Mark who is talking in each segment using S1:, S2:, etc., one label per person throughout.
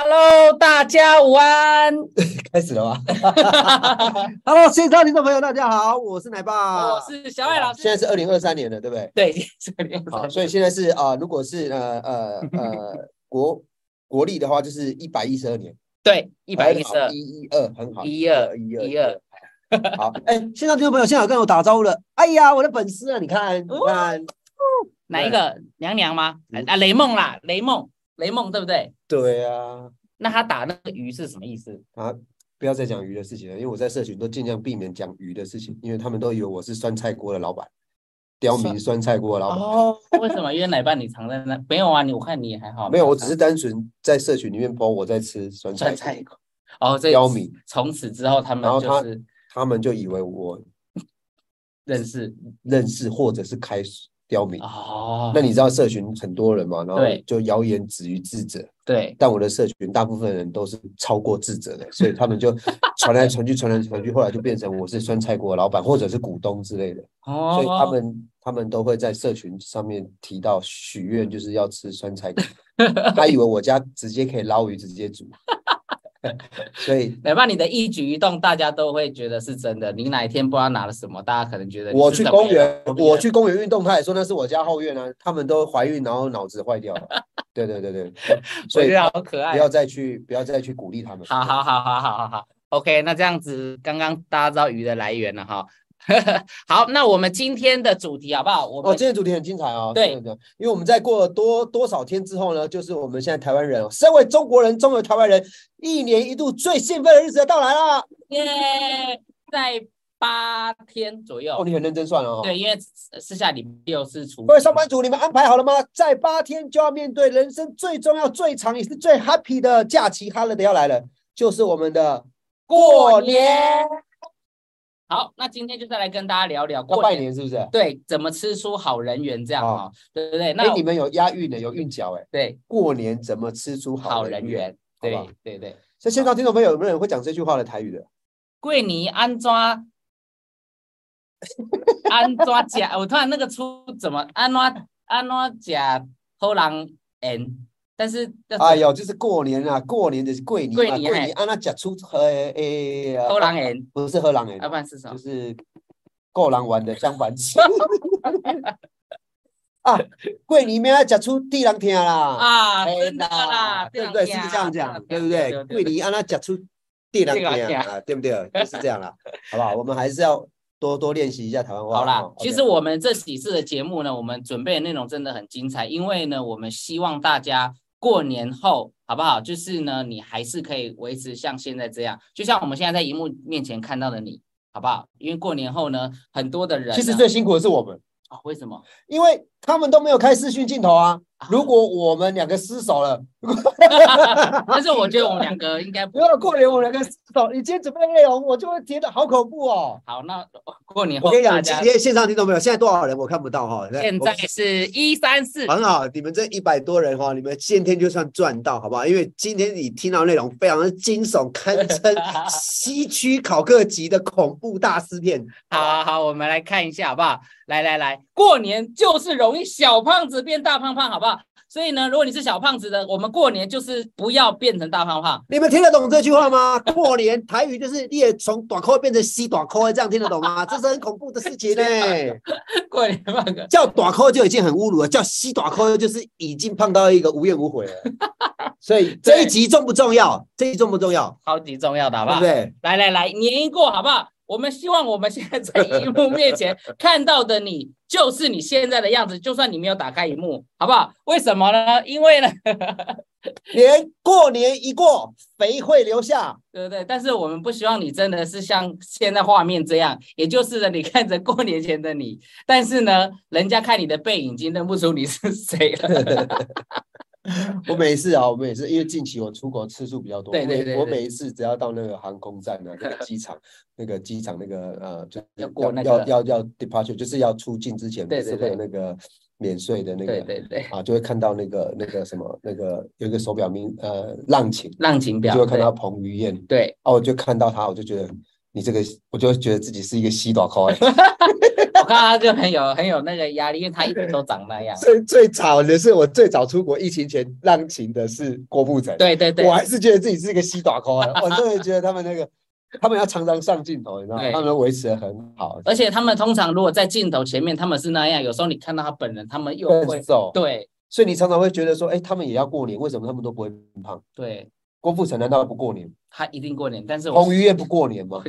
S1: Hello，大家午安。
S2: 开始 了吗？Hello，线上听众朋友，大家好，我是奶爸，
S1: 我是小艾老师。
S2: 现在是二零二三年了，对不对？
S1: 对，是个样
S2: 啊好，所以现在是啊、呃如果是呃 呃呃国国历的话，就是一百一十二年，
S1: 对一百一十二
S2: 一一二，哎很好，
S1: 一二
S2: 一
S1: 一二。
S2: 好，哎，线上听众朋友，现在有跟我打招呼了。哎呀，我的粉丝啊，你看，
S1: 哦
S2: 你看，
S1: 哪一个娘娘吗？
S2: 嗯
S1: 啊，雷梦啦，雷梦，雷梦对不对？
S2: 对啊，
S1: 那他打那个鱼是什么意思？
S2: 不要再讲鱼的事情了，因为我在社群都尽量避免讲鱼的事情，因为他们都以为我是酸菜锅的老板，刁民酸菜锅的老板。
S1: 哦，为什么？因为奶爸你藏在那？没有啊，你我看你也还好。
S2: 没有，我只是单纯在社群里面播我在吃酸
S1: 酸
S2: 菜锅
S1: 菜锅。哦，这
S2: 刁民
S1: 从此之后他
S2: 然
S1: 们
S2: 后
S1: 就
S2: 他
S1: 是
S2: 他们就以为我
S1: 认识
S2: 认识或者是开刁民。
S1: 哦。
S2: 那你知道社群很多人嘛，然后
S1: 对
S2: 就谣言止于智者，
S1: 对
S2: 但我的社群大部分人都是超过智者 的，所以他们就传来传去，传来传去，后来就变成我是酸菜锅的老板或者是股东之类的，
S1: 哦，
S2: 所以他们他们都会在社群上面提到许愿，就是要吃酸 菜锅，他以为我家直接可以捞鱼直接煮， 所以
S1: 哪怕你的一举一动，大家都会觉得是真的。你哪一天不知道拿了什么，大家可能觉得你
S2: 我
S1: 是
S2: 去
S1: 怎么
S2: 公
S1: 样
S2: 园，
S1: 的
S2: 我去公园运动，他也说那是我家后院啊。他们都怀孕，然后脑子坏掉了。对对 对对，所
S1: 我
S2: 以
S1: 觉得好可爱
S2: 不。要再去，不要再去鼓励他们。
S1: 好好好好好好好，OK，那这样子，刚刚大家知道鱼的来源了哈。 好，那我们今天的主题好不好？我
S2: 哦，
S1: 们
S2: 今天主题很精彩哦。
S1: 对
S2: 对，因为我们在过了多多少天之后呢，就是我们现在台湾人哦，身为中国人，中为台湾人，一年一度最兴奋的日子要到来了。
S1: 耶、在八天左右，
S2: 哦，你很认真算了哦。
S1: 对，因为是是下礼拜六是除夕
S2: 各位上班族，你们安排好了吗？在八天就要面对人生最重要、最长也是最 happy 的假期 holiday 要来了，就是我们的过年。
S1: 好，那今天就再来跟大家聊聊
S2: 要
S1: 过
S2: 拜
S1: 年，
S2: 年是不是？
S1: 对，怎么吃出好人缘这样
S2: 好
S1: 哈、对不对？
S2: 哎
S1: 那，
S2: 你们有押韵的，有韵脚哎。
S1: 对
S2: 过年怎么吃出
S1: 好
S2: 好
S1: 人
S2: 人
S1: 缘
S2: 缘？，
S1: 对
S2: 好不好
S1: 对对。
S2: 所以现场听众朋友有没有人会讲这句话的台语的？
S1: 过年安怎安怎食？ 我突然那个出怎么安怎安怎食好人缘？但是要
S2: 哎呦，就是过年啊，过年就是过年
S1: 过
S2: 嘛，
S1: 年哎
S2: 过年啊，那讲出呃诶，呃
S1: 好人缘，
S2: 不是荷兰人
S1: 啊要，不然是什
S2: 就
S1: 么？
S2: 是够狼玩的相反词。哎啊， 过年没有讲出地人听啦，
S1: 啊，
S2: 嘿
S1: 真的啦，啊
S2: 对不哎对？是不是这样讲，对不对？过
S1: 对
S2: 年啊，那讲出地人
S1: 地人
S2: 听
S1: 听
S2: 啊，对不对？就是这样啦，好不好？我们还是要多多练习一下台湾话。
S1: 好啦
S2: 哦，
S1: 其
S2: OK
S1: 实我们这几次的节目呢，我们准备的内容真的很精彩，因为呢，我们希望大家过年后好不好？就是呢，你还是可以维持像现在这样，就像我们现在在荧幕面前看到的你，好不好？因为过年后呢，很多的人呢
S2: 其实最辛苦的是我们，
S1: 啊，为 什么？
S2: 因为他们都没有开视讯镜头啊
S1: 啊。
S2: 如果我们两个失手了，
S1: 但是我觉得我们两个应该不
S2: 如果过年我们两个失手，你今天准备的内容，我就会觉得好恐怖哦。
S1: 好。那过年
S2: 我
S1: 后
S2: 跟你
S1: 大
S2: 讲，今
S1: 家
S2: 天线上听众朋友，现在多少人我看不 到哈。
S1: 现在是一三四，
S2: 很好，你们这一百多人哈，你们今天就算赚到，好不好？因为今天你听到内容非常的惊悚，堪称西区考克级的恐怖大尸片。
S1: 好好好，我们来看一下好不好？来来来，过年就是容易小胖子变大胖胖，好不好？所以呢，如果你是小胖子的，我们过年就是不要变成大胖胖。
S2: 你们听得懂这句话吗？过年台语就是你也从短裤变成西短裤，这样听得懂吗？这是很恐怖的事 情呢、
S1: 啊过年放个
S2: 叫短裤就已经很侮辱了，叫西短裤就是已经胖到一个无怨 无悔了。所以这一集重不重要？这一集重不重要？
S1: 超级重要的，好不
S2: 对
S1: 好
S2: 不？对？
S1: 来来来，年一过好不好？我们希望我们现在在荧幕面前看到的你，就是你现在的样子，就算你没有打开荧幕，好不好？为什么呢？因为呢，
S2: 连过年一过，肥会留下。
S1: 对不对？但是我们不希望你真的是像现在画面这样，也就是呢，你看着过年前的你，但是呢，人家看你的背影已经认不出你是谁了。
S2: 我每一次啊，我每一次，因为近期我出国次数比较多，
S1: 对对
S2: 我每
S1: 对
S2: 我
S1: 对
S2: 每一次只要到那个航空站啊，那个 机场，那个机场那个呃，就是
S1: 要过那
S2: 要
S1: 个
S2: 要要 departure，就是要出境之前，不
S1: 对
S2: 是
S1: 对
S2: 会有
S1: 对
S2: 那个免税的那
S1: 对
S2: 个
S1: 对对，
S2: 啊，就会看到那个那个什么那个有一个手表名呃浪琴，
S1: 浪琴表
S2: 就会看
S1: 对
S2: 到彭于晏，哦
S1: 对
S2: 啊，我就看到他，我就觉得你这个我就会觉得自己是一个西短口哎。。
S1: 我看他就很有很有那个压力，因为他一直都长那样
S2: 最最早的是我最早出国，疫情前浪琴的是郭富城，
S1: 对对对
S2: 我，还是觉得自己是一个西短口哎，我真的觉得他们那个，他们要常常上镜头，你知道吗？
S1: 对
S2: 他们维持的很好，
S1: 而且他们通常如果在镜头前面，他们是那样，有时候你看到他本人，他们又
S2: 更
S1: 会
S2: 瘦，
S1: 对
S2: 所以你常常会觉得说，哎，他们也要过年，为什么他们都不会变胖？
S1: 对，
S2: 郭富城难道不过年？
S1: 他一定过年，但是我
S2: 彭于晏不过年吗？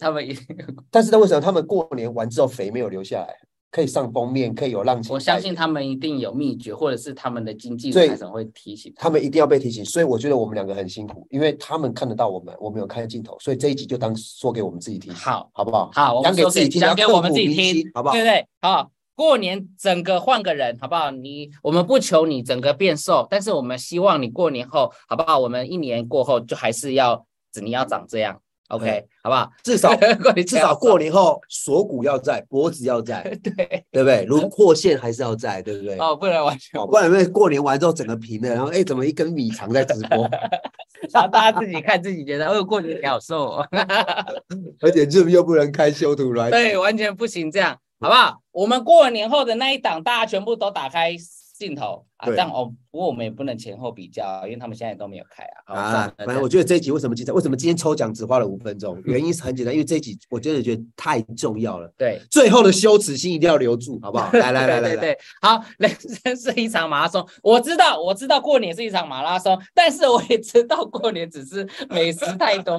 S1: 他们一定，
S2: 但是他为什么他们过年完之后肥没有留下来，可以上封面，可以有浪琴？
S1: 我相信他们一定有秘诀，或者是他们的经纪
S2: 对
S1: 人还是会提醒他
S2: 他们一定要被提醒，所以我觉得我们两个很辛苦，因为他们看得到我们，我们有看镜头，所以这一集就当说给我们自己听，
S1: 们。好，
S2: 好不好？
S1: 好，我们
S2: 讲给
S1: 说
S2: 自己
S1: 给
S2: 听，
S1: 讲
S2: 要
S1: 给
S2: 刻
S1: 我们
S2: 骨
S1: 自己
S2: 铭
S1: 听
S2: 心，好 不好
S1: 对？不对？好，过年整个换个人，好不好？你我们不求你整个变瘦，但是我们希望你过年后，好不好？我们一年过后就还是要，你要长这样，OK，好不好？啊
S3: 至少
S1: 过年
S3: 至少过年后锁骨要在，脖子要在，
S1: 对
S3: 对不对？轮廓线还是要在，对不对？
S1: 哦，不然完全
S3: 哦，不然因为过年完之后整个平了，然后哎，怎么一根米肠在直 播，
S1: 让大家自己看自己觉得，哦，过年挺好瘦、哦。
S3: 而且 Zoom 又不能开修图
S2: 哎
S3: 来，
S1: 对，完全不行，这样好不好？我们过年后的那一档，大家全部都打开镜头啊，
S3: 对
S1: 这样哦。不过我们也不能前后比较啊，因为他们现在都没有开啊。好
S3: 啊，反正我
S1: 我
S3: 觉得这一集为什么今天为什么今天抽奖只花了五分钟，原因是很简单，因为这一集我真的觉得太重要了，
S1: 对。
S3: 最后的羞耻心一定要留 住，好不好？来来来来
S1: 对
S3: 来，
S1: 对对，好，人生是一场马拉松，我知道，我知道过年是一场马拉松，但是我也知道过年只是美食太多，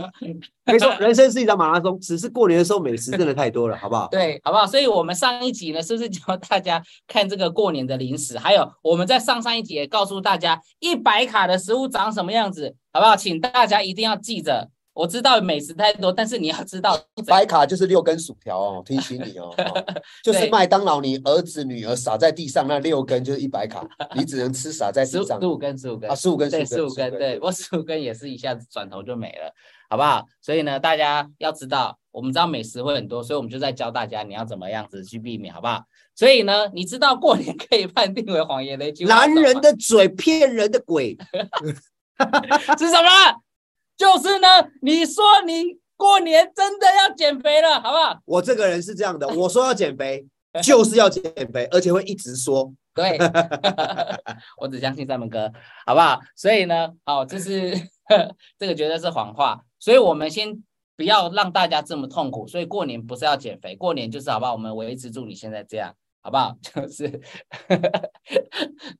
S3: 没错，人生是一场马拉松，只是过年的时候美食真的太多了，好不好？
S1: 对，好不好？所以，我们上一集呢，是不是教大家看这个过年的零食？还有，我们在上上一集也告诉大家，一百卡的食物长什么样子，好不好？请大家一定要记着。我知道美食太多，但是你要知道，
S2: 一百卡就是六根薯条哦，提醒你 哦，哦就是
S1: 对
S2: 麦当劳你儿子女儿撒在地上那六根就是一百卡，你只能吃撒在
S1: 十
S2: 地
S1: 五
S2: 上
S1: 十五根，十五根
S3: 哦
S2: 啊，，十五根，
S1: 对，
S2: 15
S1: 十五根，对，我十五根也是一下子转头就没了，好不好？所以呢，大家要知道，我们知道美食会很多，所以我们就在教大家你要怎么样子去避免，好不好？所以呢，你知道过年可以判定为谎言的一句话是
S3: 男
S1: 什
S3: 人
S1: 么
S3: 的嘴骗人的鬼，
S1: 是什么？就是呢，你说你过年真的要减肥了，好不好？
S3: 我这个人是这样的，我说要减肥就是要减肥，而且会一直说。
S1: 对， 我只相信三门哥，好不好？所以呢，好、这是 这个绝对是谎话，所以我们先不要让大家这么痛苦。所以过年不是要减肥，过年就是好不好？我们维持住你现在这样，好不好？ 就是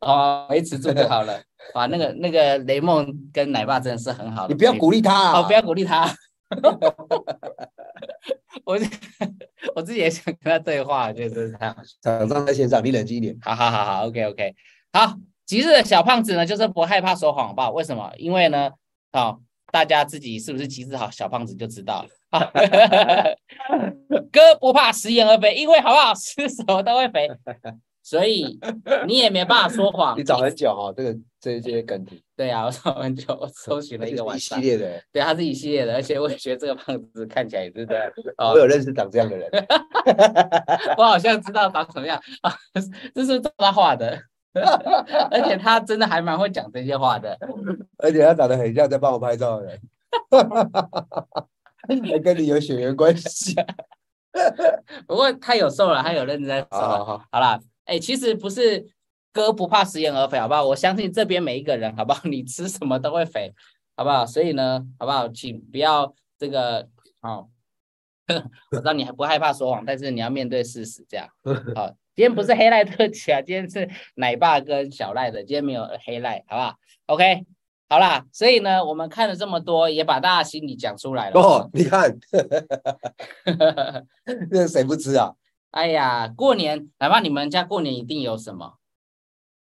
S1: 哦，维持住就好了。哇，那个那个雷梦跟奶爸真的是很好的
S2: 你
S1: 陪伴，
S2: 不要鼓励他啊，
S1: 哦，不要鼓励他。 我就 我自己也想跟他对话，我觉得真是太好笑。
S2: 厂商在线上，你冷静一点。
S1: 好好好好，OK OK，好。极致的小胖子呢，就是不害怕说谎吧？为什么？因为呢，好、大家自己是不是极致好小胖子就知道了。啊哥不怕食言而肥，因为好不好吃什么都会肥，所以你也没办法说谎。
S2: 你找很久哦，这个这这些梗图，
S1: 对啊，我找很久，我搜寻了一个
S2: 这
S1: 晚
S2: 是系
S1: 上。
S2: 列的，
S1: 对，他是一系列的，而且我也觉得这个胖子看起来也是对，哦
S2: 我有认识长这样的人，
S1: 我好像知道长什么样 啊，这是照他画的， 而且他真的还蛮会讲这些话的。
S2: 而且他长得很像在帮我拍照的人， 还跟你有血缘关系。
S1: 不过他有瘦了，他有认真在瘦
S2: 好
S1: 了。
S2: 好好，
S1: 好啦，哎、其实不是哥不怕食言而肥，好不好？我相信这边每一个人，好不好？你吃什么都会肥，好不好？所以呢，好不好？请不要这个哦。 我知道你还不害怕说谎，但是你要面对事实，这样好。今天不是黑赖特辑啊，今天是奶爸跟小赖的，今天没有黑赖，好不好？OK，好啦，所以呢，我们看了这么多，也把大家心里讲出来了。
S3: 哦，你看，
S2: 那谁不吃啊？
S1: 哎呀，过年，哪怕你们家过年一定有什么？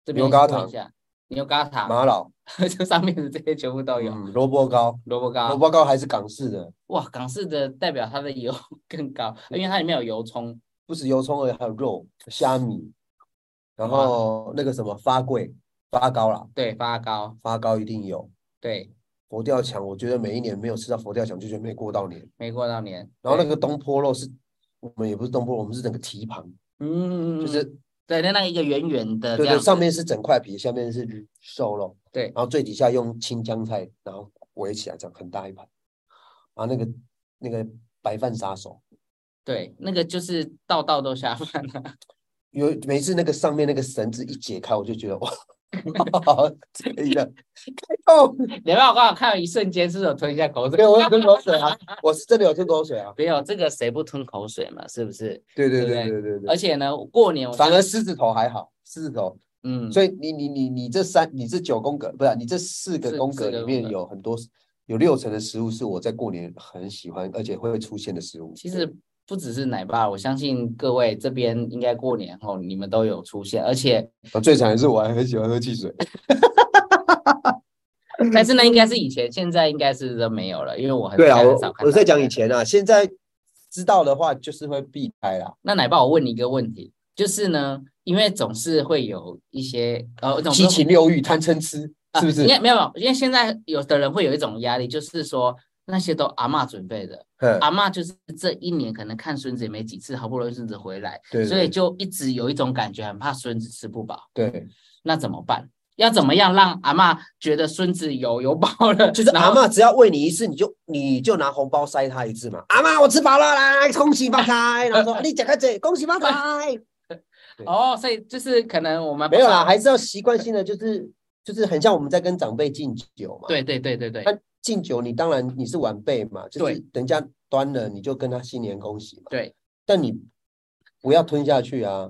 S1: 这边
S2: 牛轧
S1: 说一
S2: 糖
S1: 下，牛轧糖，
S2: 玛瑙、
S1: 这上面的这些全部都哦有。啊
S2: 嗯，萝卜糕，
S1: 萝卜
S2: 萝
S1: 糕，
S2: 卜糕还是港式的，
S1: 哇，港式的代表它的油 更高，
S2: 嗯
S1: 因为它里面有油葱。
S2: 不止油葱而已，还有肉、虾米，然后那个什么发粿、发糕啦，
S1: 对，发糕，
S2: 发糕一定有。
S1: 对，
S2: 佛跳墙，我觉得每一年没有吃到佛跳墙，就觉得没过到年。
S1: 没过到年。
S2: 然后那
S1: 对，
S2: 个东坡肉是，我们也不是东坡肉，我们是整个蹄膀，
S1: 嗯，
S2: 就是
S1: 对，那那一个圆圆呃的这
S2: 对
S1: 样
S2: 对，
S1: 子，嗯
S2: 上面是整块皮，下面是瘦肉，
S1: 对
S2: 然后最底啊下用青江菜，然后围起来，这样很大一盘，然后那个那个白饭杀手，
S1: 对，那个就是道道都下饭 了。
S2: 有每次那个上面那个绳子一解开，我就觉得哇， 可以了，开动！
S1: 你们我刚好看到一瞬间，是不是有吞一下口水
S2: 对，？我有吞口水啊，我是真的有吞口水啊。
S1: 没有，这个谁不吞口水嘛？是不是？
S2: 对对
S1: 对
S2: 对
S1: 对
S2: 对对对，
S1: 而且呢，过年我
S2: 反
S1: 相
S2: 而狮子头还好，狮子头。
S1: 嗯，
S2: 所以你你你你这三你这九宫格不是啊你这四个
S1: 四
S2: 宫
S1: 四个
S2: 格里
S1: 宫
S2: 面
S1: 格
S2: 有很多有六成的食物是我在过年很喜欢而且会出现的食物。
S1: 其
S2: 对
S1: 实
S3: 嗯
S1: 不只是奶爸，我相信各位这边应该过年后你们都有出现，而且
S2: 啊最惨的是我还很喜欢喝汽水，
S1: 但是呢，应该是以前，现在应该是都没有了，因为我很
S3: 嗯对啊，
S1: 很
S3: 我
S1: 少看
S3: 我在
S1: 到
S3: 讲以。前啊，现在
S2: 知道的话就是会避开啦。
S1: 那奶爸，我问你一个问题，就是呢，因为总是会有一些呃，总
S2: 七情六欲贪嗔痴
S1: 啊
S2: 是不是
S1: 因？为没有没有，因为现在有的人会有一种压力，就是说那些都阿嬷准备的，
S2: 嗯，
S1: 阿嬷就是这一年可能看孙子也没几次，好不容易孙子回来，
S2: 对
S1: 所以就一直有一种感觉，很怕孙子吃不饱，
S2: 对，
S1: 那怎么办？要怎么样让阿嬷觉得孙子有有饱了？
S2: 就是
S1: 然
S2: 阿
S1: 后
S2: 嬷只要喂你一次，你就你就拿红包塞她一次嘛。阿嬷，我吃饱了，来恭喜发财。然后说你讲开嘴，恭喜发财。
S1: 哦，所以就是可能我们
S2: 没有啦，还是要习惯性的，就是就是很像我们在跟长辈敬酒嘛。
S1: 对对对对对
S2: 那敬酒，你当然你是晚辈嘛，就是
S1: 对
S2: 人家端了，你就跟他新年恭喜嘛。
S1: 对，
S2: 但你不要吞下去啊，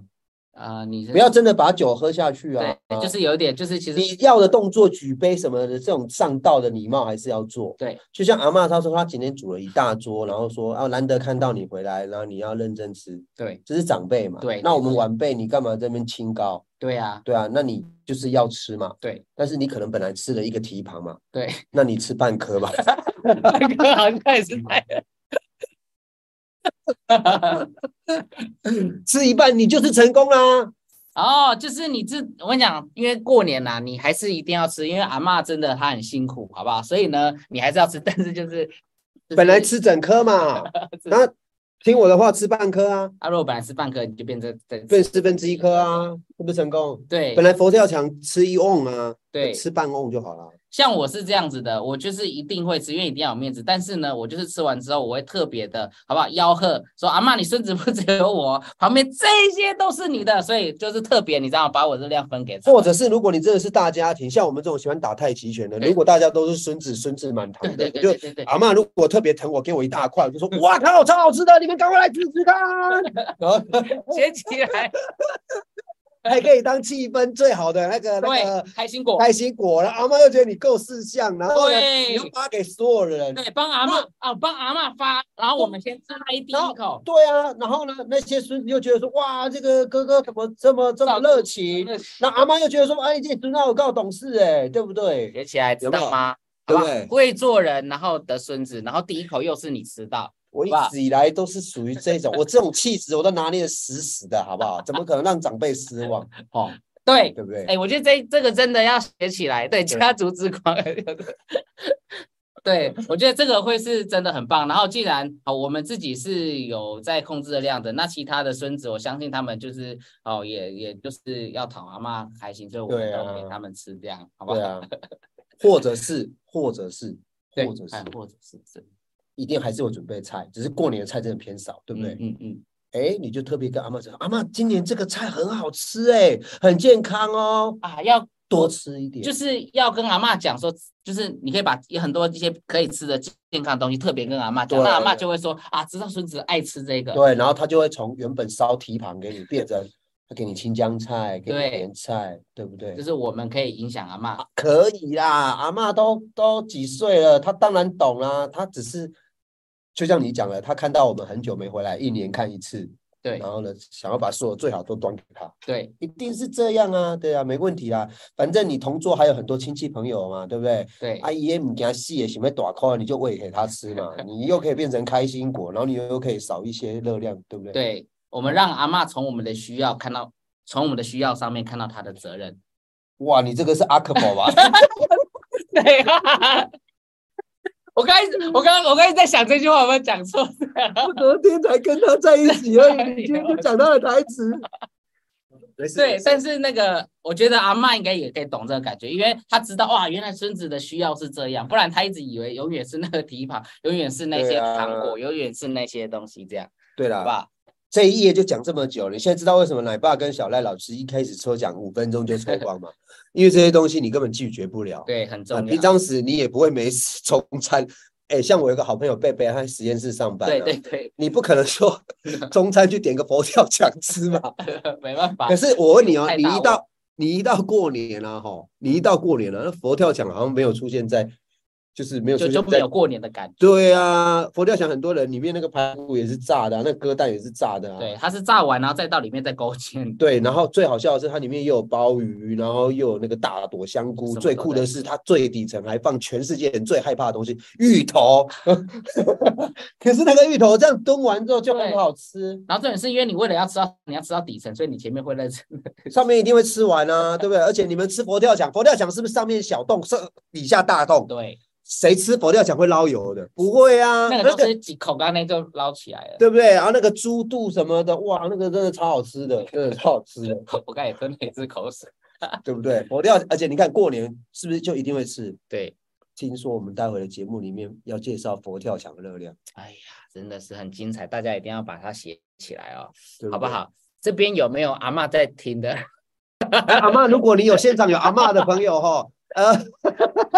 S1: 啊，你是
S2: 不要真的把酒喝下去啊
S1: 对。，就是有点就是其
S2: 你
S1: 实
S2: 要的动作、举杯什么的，这种上道的礼貌还是要做。
S1: 对，
S2: 就像阿嬷她说她今天煮了一大桌，然后说啊难得看到你回来，然后你要认真吃，
S1: 对
S2: 这是长辈嘛。
S1: 对
S2: 那我们
S1: 对
S2: 晚辈你干嘛在那边清高？
S1: 对啊，
S2: 对啊，那你就是要吃嘛。
S1: 对，
S2: 但是你可能本来吃了一个蹄 膀嘛，
S1: 对，
S2: 那你吃半颗 吧。
S1: 那个好像也是在。
S2: 吃一半你就是成功啦。
S1: 哦，就是你这，我跟你讲，因为过年呐、你还是一定要吃，因为阿嬷真的她很辛苦，好不好？所以呢，你还是要吃，但是就是、就是
S3: 本来吃整颗嘛，然后听我的话吃半颗啊，
S1: 啊，如果本来吃半颗，你就变成再
S3: 变四分之一颗啊，会不会成功？
S1: 对
S3: 本来佛跳墙吃一瓮啊，
S1: 对，
S3: 吃半瓮就好了。
S1: 像我是这样子的，我就是一定会吃，因为一定要有面子。但是呢，我就是吃完之后，我会特别的，好不好？吆喝说：“阿嬷，你孙子不只有我，旁边这些都是你的。”所以就是特别，你知道吗，把我热量分给他们。
S3: 或者是如果你真的是大家庭，像我们这种喜欢打太极拳的，
S1: 对
S3: 如果大家都是孙子孙子满堂
S1: 对
S3: 的，
S1: 对
S3: 我
S1: 对
S3: 就啊
S1: 对对对，
S3: 阿嬷如果特别疼我，给我一大块，我就说哇靠，超好吃的，你们赶快来吃吃 看，然后
S1: 捡起来，
S3: 还可以当气氛最好的 那个那
S1: 对
S3: 个，
S1: 开心果，
S3: 开心果了。然后阿嬷又觉得你够四项，然后呢，
S1: 哦对
S3: 你又发给所有人。
S1: 对，帮阿嬷啊，帮阿嬷发，然后我们先吃那一第一口，
S2: 对啊，然后呢，那些孙子又觉得说，哇，这个哥哥怎么这么这么热情？那阿妈又觉得说，哎，这孙子好够懂事哎，对不对？
S1: 学起来，知道吗？好
S3: 有
S1: 不
S3: 没有
S1: 好
S3: 对不对
S1: 会做人，然后得孙子，然后第一口又是你吃到，
S2: 我一
S1: 哇
S2: 直以来都是属于这种，我这种气质我都拿捏的死死的，好 不好？怎么可能让长辈失望？哦，
S1: 对，
S2: 对不对？
S1: 哎、我觉得这这个真的要学起来，对家族之光， 对我觉得这个会是真的很棒。然后既然好，我们自己是有在控制的量的，那其他的孙子，我相信他们就是哦，也也就是要讨阿妈开心，所以我们
S2: 对啊
S1: 都给他们吃，这样、好不好？
S2: 对啊，或者是，或者是，
S1: 对，
S2: 或者是
S1: 哎，或者是是，
S2: 一定还是有准备菜，只是过年的菜真的偏少，对不对？
S1: 嗯嗯嗯，
S2: 哎，你就特别跟阿妈讲，阿妈今年这个菜很好吃哎、很健康哦，
S1: 啊，要
S2: 多吃一点。
S1: 就是要跟阿嬷讲说，就是你可以把有很多一些可以吃的健康的东西，特别跟阿嬷讲，
S2: 对
S1: 那阿嬷就会说啊，知道孙子爱吃这个，
S2: 对，然后他就会从原本烧蹄膀给你变成，他给你青江菜，给你
S1: 对
S2: 莲菜，对不对
S1: 就？是我们可以影响阿
S2: 啊
S1: 嬷。
S2: 可以啦，阿嬷都都几岁了，她当然懂啦。她只是就像你讲了，她看到我们很久没回来，一年看一次，
S1: 对
S2: 然后呢，想要把所有最好都端给她，
S1: 对
S2: 一定是这样啊，对啊，没问题啦。反正你同桌还有很多亲戚朋友嘛，对不对？
S1: 对
S2: 阿姨也唔惊啊死的，想要大块你就喂给她吃 嘛，你又可以变成开心果，然后你又可以少一些热量，对不对？
S1: 对，我们让阿嬷从我们的需要看到，从我们的需要上面看到她的责任。
S2: 哇，你这个是阿克宝吧？
S1: 对啊，我刚一直，我刚我刚一直在想这句话有没有讲错？
S3: 我昨天才跟他在一起而
S1: 哎呦
S3: 讲他的台词。 没事
S1: 对，但是那个我觉得阿嬷应该也可以懂这个感觉，因为她知道哇，原来孙子的需要是这样，不然她一直以为永远是那个蹄膀，永远是那
S2: 对
S1: 些
S2: 啊
S1: 糖果，永远是那些东西，这样
S2: 对
S1: 好
S2: 啦
S1: 不，好？
S2: 这一页就讲这么久，你现在知道为什么奶爸跟小赖老师一开始抽奖五分钟就抽光 吗？因为这些东西你根本拒绝不了。
S1: 对，很
S2: 啊，
S1: 重
S2: 平
S1: 要。
S2: 常时你也不会没事 冲餐。哎，像我有个好朋友贝贝，他在实验室上班、啊，
S1: 对对对，
S2: 你不可 能说中餐去点个佛跳墙吃嘛。
S1: 没办法
S2: 可。是我问你哦，
S1: 太
S2: 你
S1: 大
S2: 一
S1: 碗
S2: 到你一到过年啊，哈，你一到过年了、那佛跳墙好像没有出现在，就是没有出
S1: 就就
S2: 现
S1: 没
S2: 在
S1: 有。过年的感觉。
S2: 对啊，佛跳墙很多人里面那个排骨也是炸的、啊，那个鸽蛋也是炸的啊。
S1: 对，它是炸完然后再到里面再勾芡。
S2: 对，然后最好笑的是它里面又有鲍鱼，然后又有那个大朵香菇
S1: 什，么
S2: 最
S1: 都
S2: 酷
S1: 在
S2: 的是它最底层还放全世界人最害怕的东西芋头。 可是那个芋头这样炖完之后就很
S1: 对
S2: 好吃，
S1: 然后重点是因为你为了要吃到你要吃到底层，所以你前面会认识。
S2: 上面一定会吃完啊，对不对？而且你们吃佛跳墙，佛跳墙是不是上面小洞，上底下大洞？
S1: 对，
S2: 谁吃佛跳墙会捞油的？不会啊，
S1: 那个都是几口干那就捞起来了。
S2: 对不对？然后那个猪肚什么的，哇，那个真的超好吃的，真的超好吃的，
S1: 我刚才也吞了一次口水。
S2: 对不对？佛跳，而且你看过年是不是就一定会吃？
S1: 对，
S2: 听说我们待会的节目里面要介绍佛跳墙的热量，
S1: 哎呀，真的是很精彩，大家一定要把它写起来哦，
S2: 对
S1: 好不
S2: 对？
S1: 好？这边有没有阿嬷在听的？
S2: 哎阿妈，如果你有现场有阿妈的 朋友哈，呃，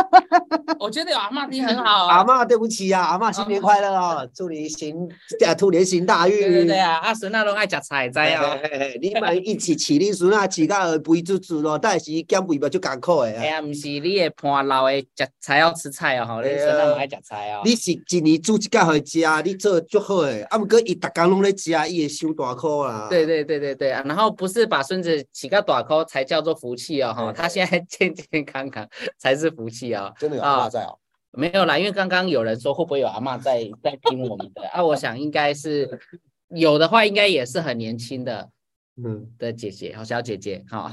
S1: 我觉得有 阿嬷听很好
S2: 阿
S1: 啊。
S2: 妈对不起呀、啊，阿妈新年快乐啊、祝你行啊兔年行大运。
S1: 对对对啊，阿孙那都爱吃菜
S2: 哎
S1: 菜
S2: 呀
S1: 哦。，
S2: 嘿嘿你们一起饲你孙啊，饲到肥嘟嘟咯，但是减肥嘛就艰苦的
S1: 哎
S2: 啊。
S1: 呀，不是你的伴老的食菜要吃菜哦，吼，你
S2: 哎呀
S1: 孙那么爱食菜哦。
S2: 你是一年煮一届互食，你做足好诶。啊，毋过伊逐工拢咧食，伊会伤大苦啊。
S1: 对对对对对，啊然后不是把孙子起个短扣才叫做福气哦，哈，
S2: 对
S1: 他现在 健健康康才是福气哦。
S2: 真的有
S1: 阿嬷
S2: 在哦。
S1: 没有啦，因为刚刚有人说会不会有阿嬷在在听我们的啊？我想应该是有的话，应该也是很年轻的
S2: 嗯，
S1: 的姐姐好 小姐姐哈。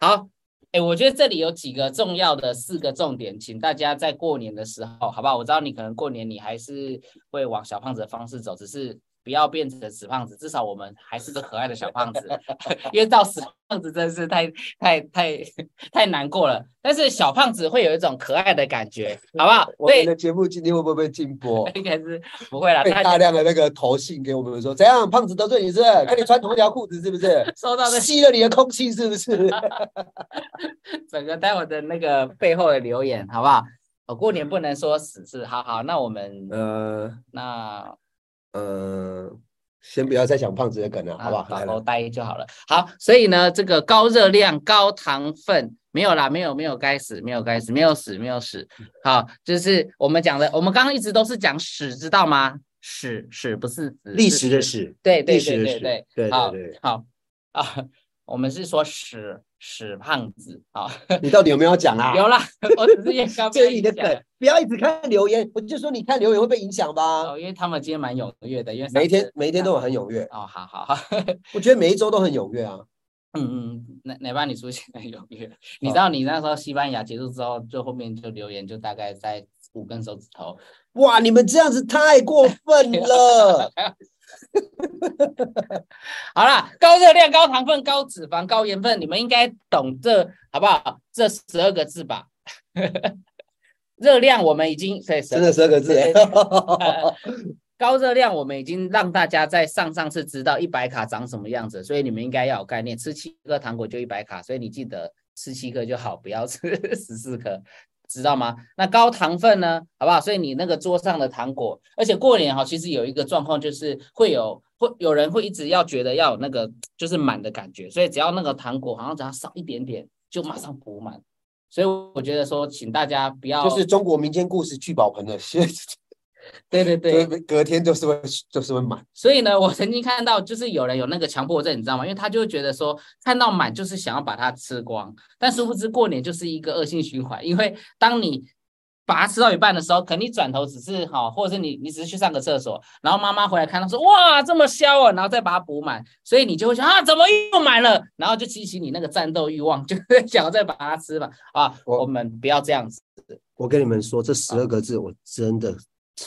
S1: 好，哎，我觉得这里有几个重要的四个重点，请大家在过年的时候，好不好？我知道你可能过年你还是会往小胖子的方式走，只是不要变成死胖子，至少我们还是个可爱的小胖子， 因为到死胖子真是太太太太难过了。但是小胖子会有一种可爱的感觉，好不好？
S2: 我们
S1: 对，？
S2: 的节目今天会不会被禁播
S1: 应该是不会啦，
S2: 被
S1: 大家
S2: 大量的那个投信给我们说，怎样胖子得罪你是不是？看你穿同一条裤子是不是？
S1: 收到的
S2: 吸了你的空气是不是？
S1: 整个待会的那个背后的留言，好不好？我过年不能说死是，好好，那我们
S2: 呃
S1: 那啊
S2: 呃，先不要再想胖子的梗了，好不好？
S1: 打
S2: 来
S1: 头
S2: 了，
S1: 呆就好了。好，所以呢，这个高热量、高糖分没有啦，没有没有该死，没有该死，没有死，没有死。好，就是我们讲的，我们刚刚一直都是讲屎，知道吗？屎屎不是死
S2: 历
S1: 是
S2: 史的
S1: 屎，
S2: 史，
S1: 对对
S2: 历史
S1: 对
S2: 的
S1: 对对
S2: 史，对。对
S1: 好
S2: 对。
S1: 好啊，我们是说屎屎胖子啊，
S2: 你到底有没有讲啊？
S1: 有啦，我只是也刚
S2: 这是你的
S1: 被影响
S2: 梗，不要一直看留言。我就说你看留言会被影响吧。
S1: 哦，因为他们今天蛮踊跃的，因为上
S2: 每一天
S1: 次
S2: 每一天都有很踊跃，
S1: 哦，好好好，
S2: 我觉得每一周都很踊跃啊。
S1: 嗯嗯，哪哪班你出现很踊跃？你知道你那时候西班牙结束之后，就后面就留言就大概在五根手指头，
S2: 哇，你们这样子太过分了！
S1: 好啦，高热量、高糖分、高脂肪、高盐分，你们应该懂这好不好？这十二个字吧。 热量我们已经对
S2: 真的十二个字
S1: 对对对 高热量我们已经让大家在上上次知道一百卡长什么样子，所以你们应该要有概念，吃七颗糖果就一百卡，所以你记得吃七颗就好，不要吃 十四颗。知道吗？那高糖分呢，好不好？所以你那个桌上的糖果，而且过年哈，其实有一个状况就是会有会有人会一直要觉得要有那个就是满的感觉，所以只要那个糖果好像只要少一点点，就马上补满。所以我觉得说，请大家不要
S2: 就是中国民间故事聚宝盆的，现
S1: 对对对，
S2: 就是隔天就是会就是会满。
S1: 所以呢，我曾经看到就是有人有那个强迫症，你知道吗？因为他就会觉得说，看到满就是想要把它吃光，但殊不知过年就是一个恶性循环，因为当你把它吃到一半的时候，可能你转头只是好，或者是你你只是去上个厕所，然后妈妈回来看到说哇这么香哦，然后再把它补满，所以你就会想啊怎么又满了，然后就激起你那个战斗欲望，就 会想要再把它吃吧啊，
S2: 我
S1: 我们不要这样子。
S2: 我跟你们说，这十二个字我真的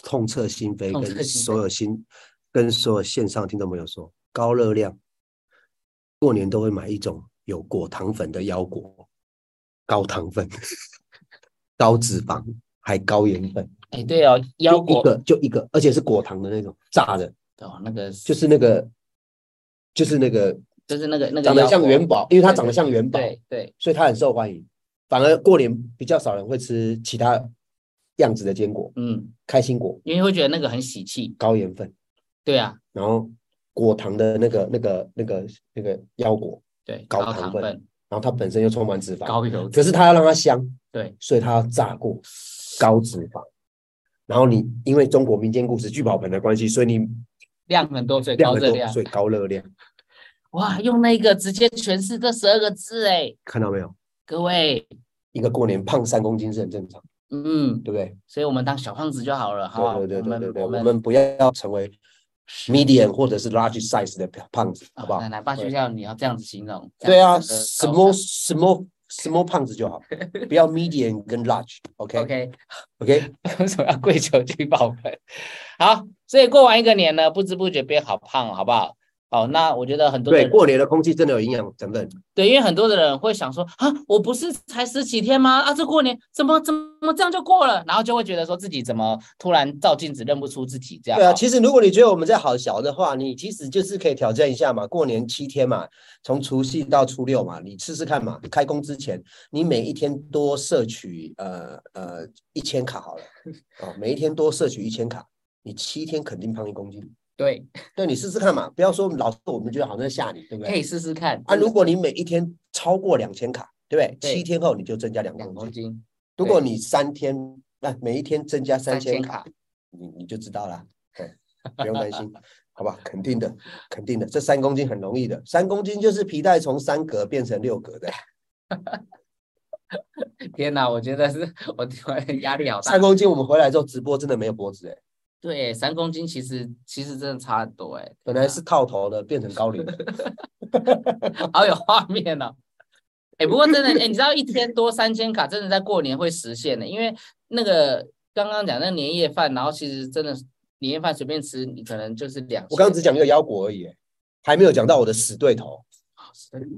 S2: 痛彻心扉，
S1: 痛彻
S2: 跟
S1: 心扉
S2: 所有新跟所有线上听众朋友说，高热量。过年都会买一种有果糖粉的腰果，高糖分、 高脂肪还高盐分，
S1: 哎，对哦，腰
S2: 就一
S1: 果
S2: 个就一个，而且是果糖的那种炸的，
S1: 哦，那个
S2: 就是是那个就是那个
S1: 就是那个那个
S2: 长得
S1: 腰
S2: 像
S1: 果
S2: 元宝，因为它长得
S1: 对
S2: 像元宝，
S1: 对对，
S2: 所以它很受欢迎。反而过年比较少人会吃其他样子的坚果，
S1: 嗯，
S2: 开心果
S1: 因为会觉得那个很喜气，
S2: 高盐分，
S1: 对啊，
S2: 然后果糖的那个那个那个那个腰果，
S1: 对，
S2: 高
S1: 高
S2: 糖
S1: 糖
S2: 分
S1: 分、
S2: 然后它本身又充满脂肪，
S1: 高油
S2: 可
S1: 脂，
S2: 是它要让它香，
S1: 对，
S2: 所以它要炸过高脂肪。然后你因为中国民间故事聚宝盆的关系，所以你
S1: 量很多，所以
S2: 量
S1: 高
S2: 很
S1: 热
S2: 多，
S1: 量。
S2: 所以高热量，
S1: 哇，用那个直接诠释这十二个字，哎，
S2: 看到没有？
S1: 各位，
S2: 一个过年胖三公斤是很正常，
S1: 嗯，
S2: 对不对？
S1: 所以我们当小胖子就好了，好不好？
S2: 对对对对对对，
S1: 我
S2: 我
S1: 们
S2: 们不要成为 medium 或者是 large size 的胖子，
S1: 啊
S2: 好不好
S1: 那？哪怕学
S2: 对
S1: 校你要这样子形容，这
S2: 对
S1: 样
S2: 啊，
S1: 子的
S2: 什
S1: 高
S2: 么
S1: 尚
S2: 什么什么胖子就好，不要 medium 跟 large，OK
S1: ？OK，
S2: OK，
S1: 为什么要跪求聚宝盆？好，所以过完一个年呢，不知不觉变好胖，好不好？好，那我觉得很多的
S2: 对，
S1: 人
S2: 过年的空气真的有营养成分，
S1: 对，因为很多的人会想说啊，我不是才十几天吗？啊，这过年怎么怎么这样就过了？然后就会觉得说自己怎么突然照镜子认不出自己这样。
S2: 对啊，其实如果你觉得我们在好小的话，你其实就是可以挑战一下嘛，过年七天嘛，从除夕到初六嘛，你试试看嘛。开工之前，你每一天多摄取呃呃一千 卡好了，哦，每一天多摄取一千卡，你七天肯定胖一公斤。
S1: 对，
S2: 对你试试看嘛，不要说老师我们觉得好像在吓你，对不
S1: 可
S2: 对？
S1: 以试试看
S2: 啊，如果你每一天超过两千卡，对不对？
S1: 对
S2: 七天后你就增加两
S1: 两
S2: 公
S1: 公
S2: 斤。
S1: 斤
S2: 如果
S1: 对
S2: 你三天，啊，每一天增加三
S1: 三
S2: 千
S1: 千
S2: 卡
S1: 卡，，
S2: 你你就知道啦，对，不用担心， 好吧？肯定的，肯定的，这三公斤很容易的，三公斤就是皮带从三格变成六 格的，
S1: 天哪，我觉得是我突然压力好大
S2: 三。公斤我们回来之后直播真的没有脖子哎、
S1: 对，三公斤其实其实真的差很多哎、
S2: 本来是套头的变成高 领的，
S1: 好有画面哦。哎、不过真的，哎、你知道一天多三千卡，真的在过年会实现的，因为那个刚刚讲那个年夜饭，然后其实真的年夜饭随便吃，你可能就是两千。
S2: 我刚刚只讲一个腰果而已、哎还没有讲到我的死对头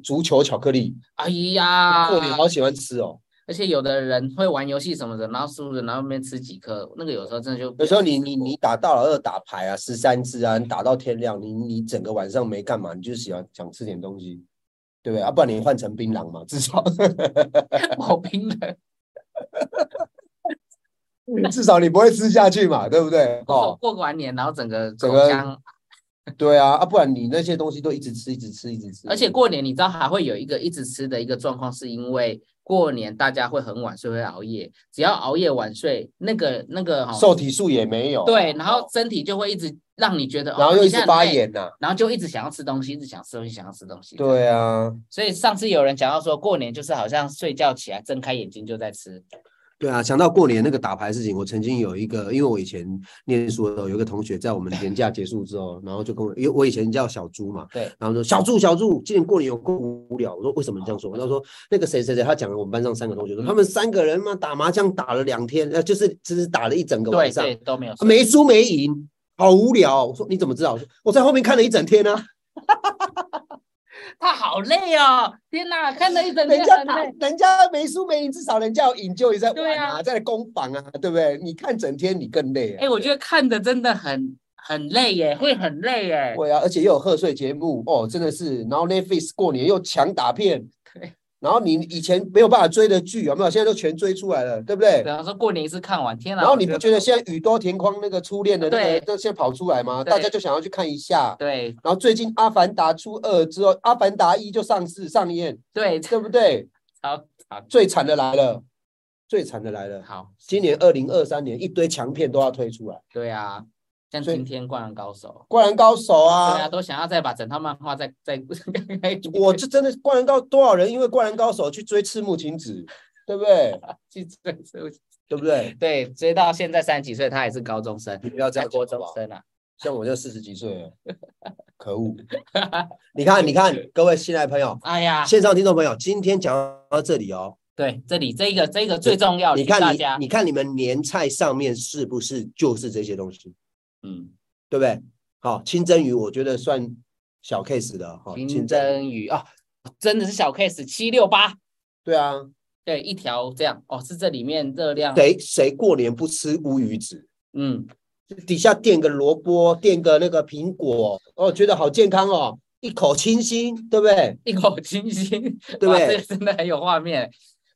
S2: 足球巧克力，
S1: 哎呀，
S2: 过年好喜欢吃哦，
S1: 而且有的人会玩游戏什么的，然后输了，然后那边吃几颗，那个有时候真的就
S2: 有时 候你你你打到了二打牌啊，十三支啊，你打到天亮，你你整个晚上没干嘛，你就喜欢想吃点东西，对不对？啊，不然你换成槟榔嘛，至 少
S1: 好冰的。
S2: 至少你不会吃下去嘛，对不对？
S1: 过
S2: 哦，
S1: 过完年，然后整个
S2: 整
S1: 口
S2: 个
S1: 腔
S2: 对啊，啊，不然你那些东西都一直吃，一直吃，一直吃。
S1: 而且过年你知道还会有一个一直吃的一个状况，是因为过年大家会很晚睡，会熬夜，只要熬夜晚睡，那个那个哈、
S2: 受体素也没有，
S1: 对，然后
S2: 哦
S1: 身体就会一直让你觉得，
S2: 然后
S1: 哦
S2: 又一
S1: 你现在很
S2: 直发
S1: 累，
S2: 炎呐，
S1: 然后就一直想要吃东西，一直想吃东西，想要吃东西。，
S2: 对啊，
S1: 所以上次有人讲到说，过年就是好像睡觉起来睁开眼睛就在吃，
S2: 对啊，想到过年那个打牌事情，我曾经有一个，因为我以前念书的时候，有一个同学在我们年假结束之后，然后就跟我，因为我以前叫小朱嘛，
S1: 对，
S2: 然后说小朱小朱，今年过年有够无聊。我说为什么你这样
S1: 哦
S2: 说？他说那个谁谁谁，他讲了我们班上三个同学，说他们三个人嘛打麻将打了两天，呃，就是只是打了一整个晚
S1: 对
S2: 上啊
S1: 对，都没有睡。
S2: 没输没赢，好无聊哦。我说你怎么知道？我说我在后面看了一整天 啊，
S1: 他好累哦，天哪，看了一整
S2: 人
S1: 天
S2: 家
S1: 很
S2: 打
S1: 累。
S2: 人家没输没赢，至少人家有引咎一在
S1: 对
S2: 玩
S1: 啊
S2: 啊，在攻防啊，对不对？你看整天你更累啊。
S1: 哎，我觉得看的真的很很累耶，会很累耶。
S2: 对啊，而且又有贺岁节目哦，真的是。然后 Netflix 过年又强打片，
S1: 对
S2: 然后你以前没有办法追的剧有没有？现在都全追出来了，对不对？
S1: 比方说过年一次看完，天哪！
S2: 然后
S1: 我
S2: 你不觉得现在宇多田光那个初恋的那
S1: 对
S2: 个那些跑出来吗？
S1: 对
S2: 大家就想要去看一下。
S1: 对
S2: 然后最近《阿凡达》出二之后，《阿凡达一》就上市上映，
S1: 对，
S2: 对不对？
S1: 好好
S2: 最惨的来了，最惨的来了。
S1: 好，
S2: 今年二零二三年一堆强片都要推出来，《
S1: 对啊，像
S2: 所以
S1: 今天《灌篮高手
S2: 灌篮高手》》
S1: 对啊，都想要再把整套漫画再再
S2: 我这真的灌篮高多少人因为灌篮高手去追赤木晴子，对不对？
S1: 去追溯，
S2: 对不对？
S1: 对，追到现在三十几岁，他还是高中生，
S2: 你不要这
S1: 在
S2: 样讲
S1: 国
S2: 好
S1: 中
S2: 不好
S1: 生啊。
S2: 像我就四十几岁了，可 恶！你看，你看，各位亲爱的朋友，
S1: 哎呀，
S2: 线上听众朋友，今天讲到这里哦。
S1: 对，这里这一个这一个最重要，
S2: 你
S1: 提大
S2: 看你
S1: 家，，
S2: 你看你们年菜上面是不是就是这些东西，
S1: 嗯，
S2: 对不对？好，清蒸鱼我觉得算小 case 的哈，
S1: 金
S2: 哦请在
S1: 针鱼啊、真的是小 case 七六八，
S2: 对啊，
S1: 对，一条这样哦，是这里面热量，
S2: 谁谁过年不吃乌鱼子？
S1: 嗯，
S2: 底下垫个萝卜，垫个那个苹果，哦，觉得好健康哦，一口清新，对不对？
S1: 一口清新，
S2: 对 不
S1: 哇，这个
S2: 对？
S1: 真的很有画面。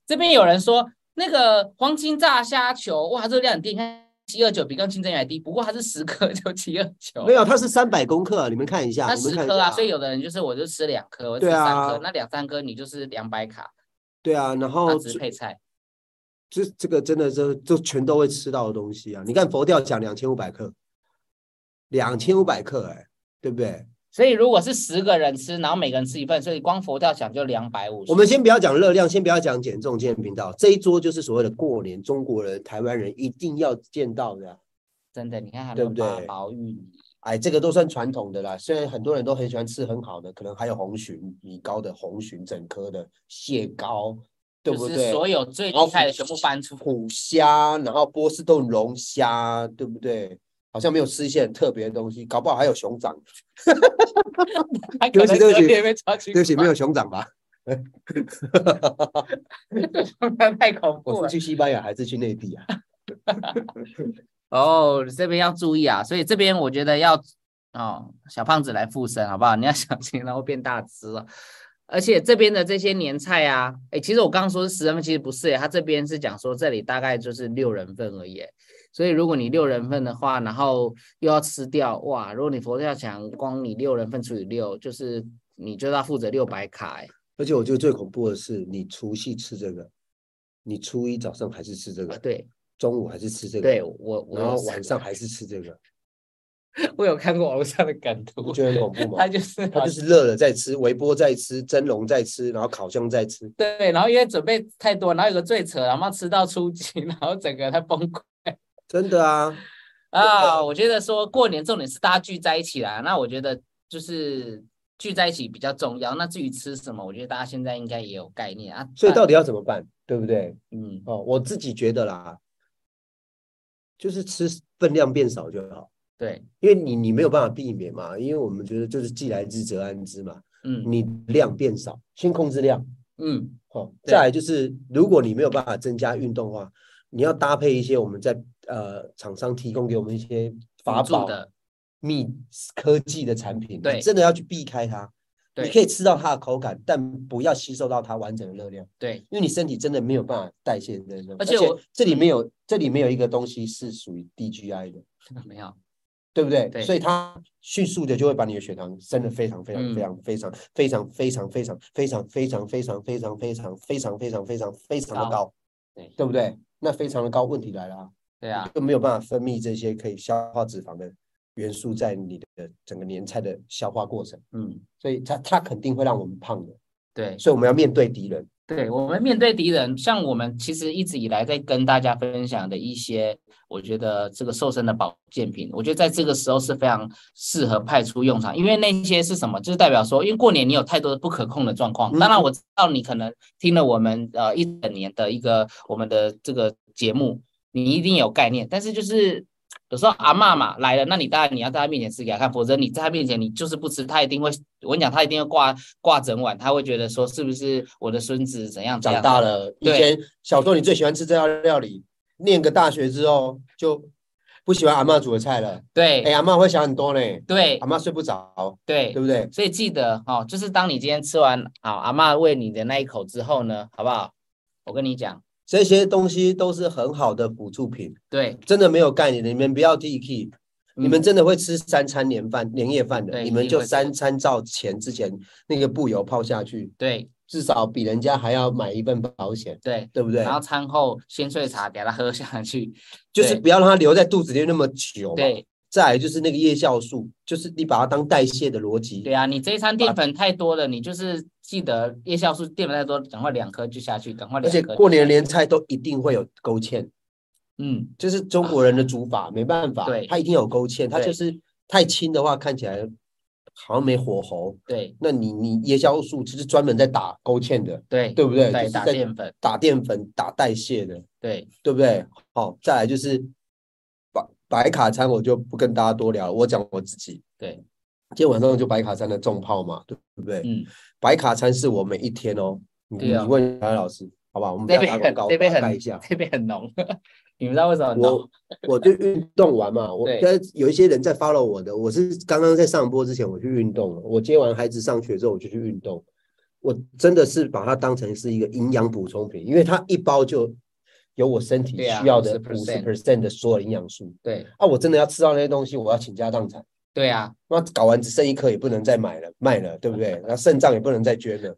S1: 这边有人说那个黄金炸虾球，哇，热量很低，你看七二九比刚清蒸鱼还低，不过它是十克就七二九
S2: 没，有，它是三百公克，啊你们看一下，
S1: 它
S2: 你
S1: 十
S2: 们看一
S1: 颗啊，
S2: 下
S1: 所以有的人就是我就吃两颗，我就
S2: 对
S1: 吃三颗，
S2: 啊
S1: 那两三颗你就是两百卡，
S2: 对啊，然
S1: 它
S2: 后
S1: 只配菜，
S2: 这这个真的这就全都会吃到的东西啊！你看佛跳墙两千五百克，两千五百克、哎，对不对？
S1: 所以如果是十个人吃，然后每个人吃一份，所以光佛跳墙就两百五十。
S2: 我们先不要讲热量，先不要讲减重，今天频道这一桌就是所谓的过年，中国人、台湾人一定要见到的啊、
S1: 真的，你看还
S2: 对
S1: 有
S2: 不
S1: 八
S2: 对
S1: 宝芋泥，
S2: 哎，这个都算传统的啦。虽然很多人都很喜欢吃很好的，可能还有红鲟米糕的红鲟整颗的蟹膏，对不
S1: 就是
S2: 对？
S1: 所有最
S2: 然后
S1: 厉害的全部搬出。
S2: 虎虾，然后波士顿龙虾，对不对？好像没有吃一些很特别的东西，搞不好还有熊掌。
S1: 还
S2: 对不起对不起
S1: 被抓去
S2: 对不起，没有熊掌 吧？
S1: 关，太恐怖
S2: 我
S1: 了
S2: 是。去西班牙还是去内地啊？
S1: 哦，这边要注意啊，所以这边我觉得要哦，小胖子来附身好不好？你要 小心，然后变大只了。而且这边的这些年菜啊，哎，其实我刚刚说是十人份，其实不是耶，他这边是讲说这里大概就是六人份而已耶。所以如果你六人份的话，然后又要吃掉，哇，如果你佛跳墙光你六人份除以六，就是你就要负责六百卡耶，
S2: 而且我觉得最恐怖的是，你除夕吃这个，你初一早上还是吃这
S1: 啊
S2: 个，
S1: 对
S2: 中午还是吃这个，
S1: 对，我我
S2: 然
S1: 有
S2: 后
S1: 吃
S2: 晚上还是吃这个，
S1: 我有看过 网络上的梗
S2: 不
S1: 图，
S2: 觉得很恐怖吗？
S1: 他就是
S2: 它就是热了再吃，微波再吃，蒸笼再吃，然后烤箱再吃。
S1: 对，然后因为准备太多，然后有个最扯，然后吃到初级， 然后整个他崩溃
S2: 真的啊，
S1: 啊！我觉得说过年重点是大家聚在一起啦，那我觉得就是聚在一起比较重要。那至于吃什么，我觉得大家现在应该也有概念啊。
S2: 所以到
S1: 但
S2: 底要怎么办，对不对？
S1: 嗯，
S2: 哦，我自己觉得啦，就是吃分量变少就好，
S1: 对，
S2: 因为你你没有办法避免嘛，因为我们觉得就是既来之则安之嘛，
S1: 嗯
S2: 你量变少，先控制量。
S1: 嗯，
S2: 哦，
S1: 对
S2: 再来就是，如果你没有办法增加运动的话，你要搭配一些我们在呃厂商提供给我们一些法
S1: 辅助
S2: 宝
S1: 的，
S2: 密科技的产品，
S1: 对
S2: 你真的要去避开它。
S1: 对
S2: 你可以吃到它的口感，但不要吸收到它完整的热量，
S1: 对，
S2: 因为你身体真的没有办法代谢这个。
S1: 而且我
S2: 这里面有这里面有一个东西是属于 DGI 的，
S1: 没有，
S2: 对不对？
S1: 对
S2: 所以它迅速的就会把你的血糖升的非常非常
S1: 嗯
S2: 非常非常非常非常非常非常非常非常非常非常非常非常非常非常的高，
S1: 对
S2: 对不对？那非常的高，问题来了啊，
S1: 对啊，
S2: 就没有办法分泌这些可以消化脂肪的元素在你的整个年菜的消化过程，
S1: 嗯，
S2: 所以它它肯定会让我们胖的，
S1: 对。
S2: 所以我们要面对敌人。
S1: 对，我们面对敌人，像我们其实一直以来在跟大家分享的一些，我觉得这个瘦身的保健品，我觉得在这个时候是非常适合派出用场，因为那些是什么，就是代表说，因为过年你有太多不可控的状况。当然，我知道你可能听了我们呃一整年的一个我们的这个节目，你一定有概念，但是就是。有时候阿嬷嘛来了，那你当然你要在她面前吃给她看，否则你在她面前你就是不吃，她一定会，我跟你讲，她一定会挂挂整晚，她会觉得说是不是我的孙子怎样怎
S2: 长
S1: 样
S2: 大了，以
S1: 对
S2: 前小时候你最喜欢吃这道料理，念个大学之后就不喜欢阿嬷煮的菜了。
S1: 对、
S2: 哎、阿嬷会想很多呢，
S1: 对
S2: 阿嬷睡不着，
S1: 对
S2: 对不对？
S1: 所以记得哦，就是当你今天吃完好阿嬷喂你的那一口之后呢，好不好？我跟你讲，
S2: 这些东西都是很好的辅助品，
S1: 对，
S2: 真的没有概念的，你们不要 T K，、你们
S1: 嗯
S2: 真的会吃三餐年饭年夜饭的，
S1: 对
S2: 你
S1: 一
S2: 们
S1: 定
S2: 就
S1: 会吃
S2: 三餐照前之前那个布油泡下去，
S1: 对
S2: 至少比人家还要买一份保险，
S1: 对，
S2: 对不对
S1: 然？后餐后鲜萃茶给它喝下 去，
S2: 就是
S1: 对
S2: 不要让它留在肚子里那么久嘛。
S1: 对
S2: 再来就是那个叶酵素，就是你把它当代谢的逻辑，
S1: 对啊，你这一餐淀粉太多了，你就是记得叶酵素淀粉太多，赶快两颗就下去，赶快
S2: 而且
S1: 两颗。
S2: 过年连菜都一定会有勾芡，
S1: 嗯，
S2: 就是中国人的煮法，没办法，
S1: 对
S2: 它一定有勾芡。它
S1: 对
S2: 就是太轻的话，看起来好像没火候。
S1: 对
S2: 那你你椰酵素就是专门在打勾芡的，
S1: 对
S2: 对不对？就是
S1: 打
S2: 在
S1: 淀粉，
S2: 打淀粉、打代谢的，
S1: 对
S2: 对不对？好，再来就是白白卡餐，我就不跟大家多聊了，我讲我自己。
S1: 对，
S2: 今天晚上就白卡山的重炮嘛，对不对？
S1: 嗯，
S2: 白卡山是我们一天哦。你
S1: 对啊
S2: 你问白老师，好不好？我们不
S1: 这
S2: 要打
S1: 边
S2: 广
S1: 很
S2: 告，
S1: 这边
S2: 大概
S1: 很
S2: 一下。
S1: 这边很浓， 你们知道为什么很浓？
S2: 我我就运动完嘛，我
S1: 对
S2: 但有一些人在 follow 我的，我是刚刚在上播之前我去运动了，我接完孩子上学之后我就去运动，我真的是把它当成是一个营养补充品，因为它一包就有我身体
S1: 对啊
S2: 需要的五十
S1: 50%
S2: percent 的所有营养素
S1: 对
S2: 啊，我真的要吃到那些东西，我要倾家荡产，
S1: 对啊，
S2: 那搞完只剩一颗也不能再买了卖了，对不对？那肾脏也不能再捐了，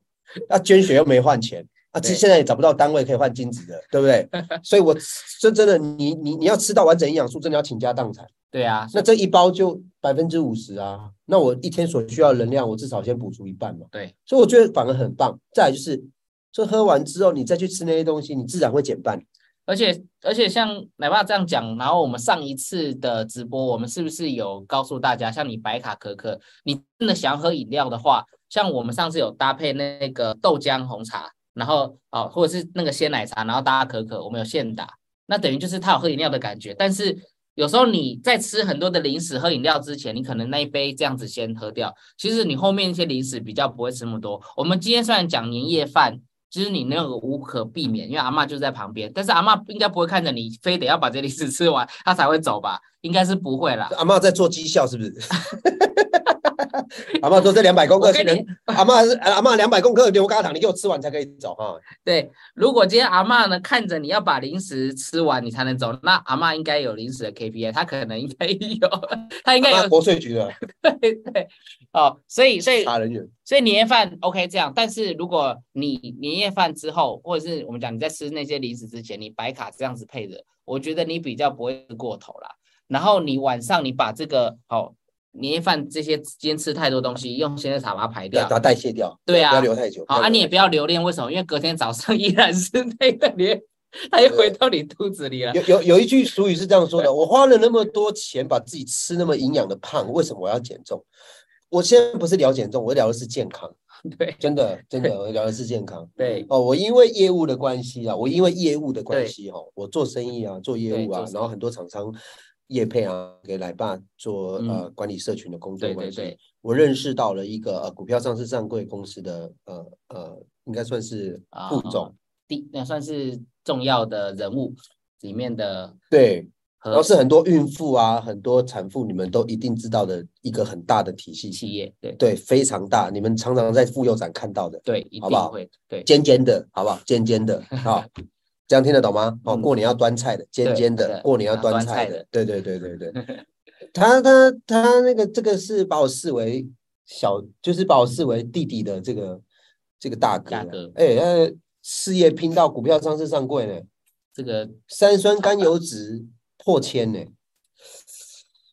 S2: 那捐血又没换钱。啊，其实
S1: 对
S2: 现在也找不到单位可以换精子的，对不对？ 所以我说真的，你你你要吃到完整营养素，真的要倾家荡产。
S1: 对啊，
S2: 那这一包就百分之五十啊，那我一天所需要的能量，我至少先补足一半嘛。
S1: 对，
S2: 所以我觉得反而很棒。再来就是，这喝完之后，你再去吃那些东西，你自然会减半。
S1: 而且而且像奶爸这样讲，然后我们上一次的直播，我们是不是有告诉大家，像你白卡可可，你真的想要喝饮料的话，像我们上次有搭配那个豆浆红茶，然后哦，或者是那个鲜奶茶，然后搭可可，我们有现打，那等于就是它有喝饮料的感觉。但是有时候你在吃很多的零食、喝饮料之前，你可能那一杯这样子先喝掉，其实你后面一些零食比较不会吃那么多。我们今天虽然讲年夜饭，就是你那个无可避免，因为阿嬷就在旁边，但是阿嬷应该不会看着你非得要把这零食吃完，她才会走吧？应该是不会啦。
S2: 阿嬷在做绩效是不 是？阿嬷说这两百公克
S1: 啊我
S2: 是
S1: 跟
S2: 人
S1: 你，
S2: 阿嬷是阿嬷两百公克牛轧糖，你给我吃完才可以走哈。
S1: 对，如果今天阿嬷呢看着你要把零食吃完，你才能走，那阿嬷应该有零食的 KPI，她可能应该有， 她应该
S2: 啊阿嬷
S1: 有
S2: 国税局的
S1: 对对哦，所以所以
S2: 查人员，
S1: 所以年夜饭 OK 这样，但是如果你年夜饭之后，或者是我们讲你在吃那些零食之前，你白卡这样子配着，我觉得你比较不会吃过头啦。然后你晚上你把这个哦年夜饭这些今天吃太多东西，用鲜奶茶把它排
S2: 要
S1: 掉
S2: 把。它代谢掉，
S1: 对啊
S2: 不要留太久。
S1: 好啊，你也
S2: 也
S1: 不要留恋，为什么？因为隔天早上依然是那个年，它又回到你肚子里了。
S2: 有有有一句俗语是这样说的：我花了那么多钱把自己吃那么营养的胖，为什么我要减重？我现在不是聊减重，我聊的是健康，
S1: 对
S2: 真的真的，我聊的是健康。
S1: 对
S2: 哦，我因为业务的关系啊，我因为业务的关系哈、哦，我做生意啊，做业
S1: 对
S2: 务啊
S1: 做，生
S2: 然后很多厂商业配啊，给奶爸做、呃管理社群的工作
S1: 嗯对
S2: 关
S1: 对
S2: 系。
S1: 对，
S2: 我认识到了一个、呃、股票上市上柜公司的呃呃，应该算是
S1: 啊
S2: 副总，
S1: 第那算是重要的人物里面的
S2: 对，
S1: 核
S2: 然后是很多孕妇啊，很多产妇你们都一定知道的一个很大的体系，
S1: 企业，对
S2: 对，非常大，你们常常在妇幼展看到的。
S1: 对，一
S2: 嗯好
S1: 定
S2: 不好
S1: 会对。
S2: 尖尖的，好不好？尖 尖的，好、这样听得懂吗？哦，
S1: 嗯
S2: 过年要端菜的，尖
S1: 对
S2: 尖的
S1: 对，
S2: 过年要
S1: 要
S2: 端
S1: 端
S2: 菜
S1: 菜
S2: 的
S1: 的，
S2: 对对对对对。他他他那个这个是把我视为小，就是把我视为弟弟的这个这个大哥啊，
S1: 大哥
S2: 哎，他事业拼到股票上市上柜呢，
S1: 这个
S2: 三酸甘油脂破千呢，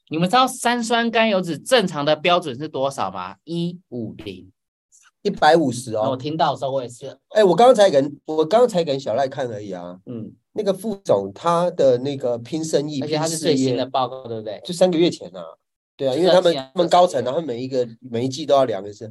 S1: 你们知道三酸甘油脂正常的标准是多少吗？一五零。
S2: 一百五十
S1: 然后我
S2: 哦。
S1: 听到的时候，我也是，
S2: 哎，我刚才跟我刚才跟小赖看而已啊，
S1: 嗯，
S2: 那个副总他的那个拼生意，
S1: 而且它
S2: 拼
S1: 是
S2: 事
S1: 最新
S2: 业
S1: 的报告，对不对？
S2: 就三个月前呐、对啊，
S1: 就
S2: 因为
S1: 算
S2: 他们
S1: 现在
S2: 他们高层啊，
S1: 就是
S2: 他们每一个每一季都要量一次。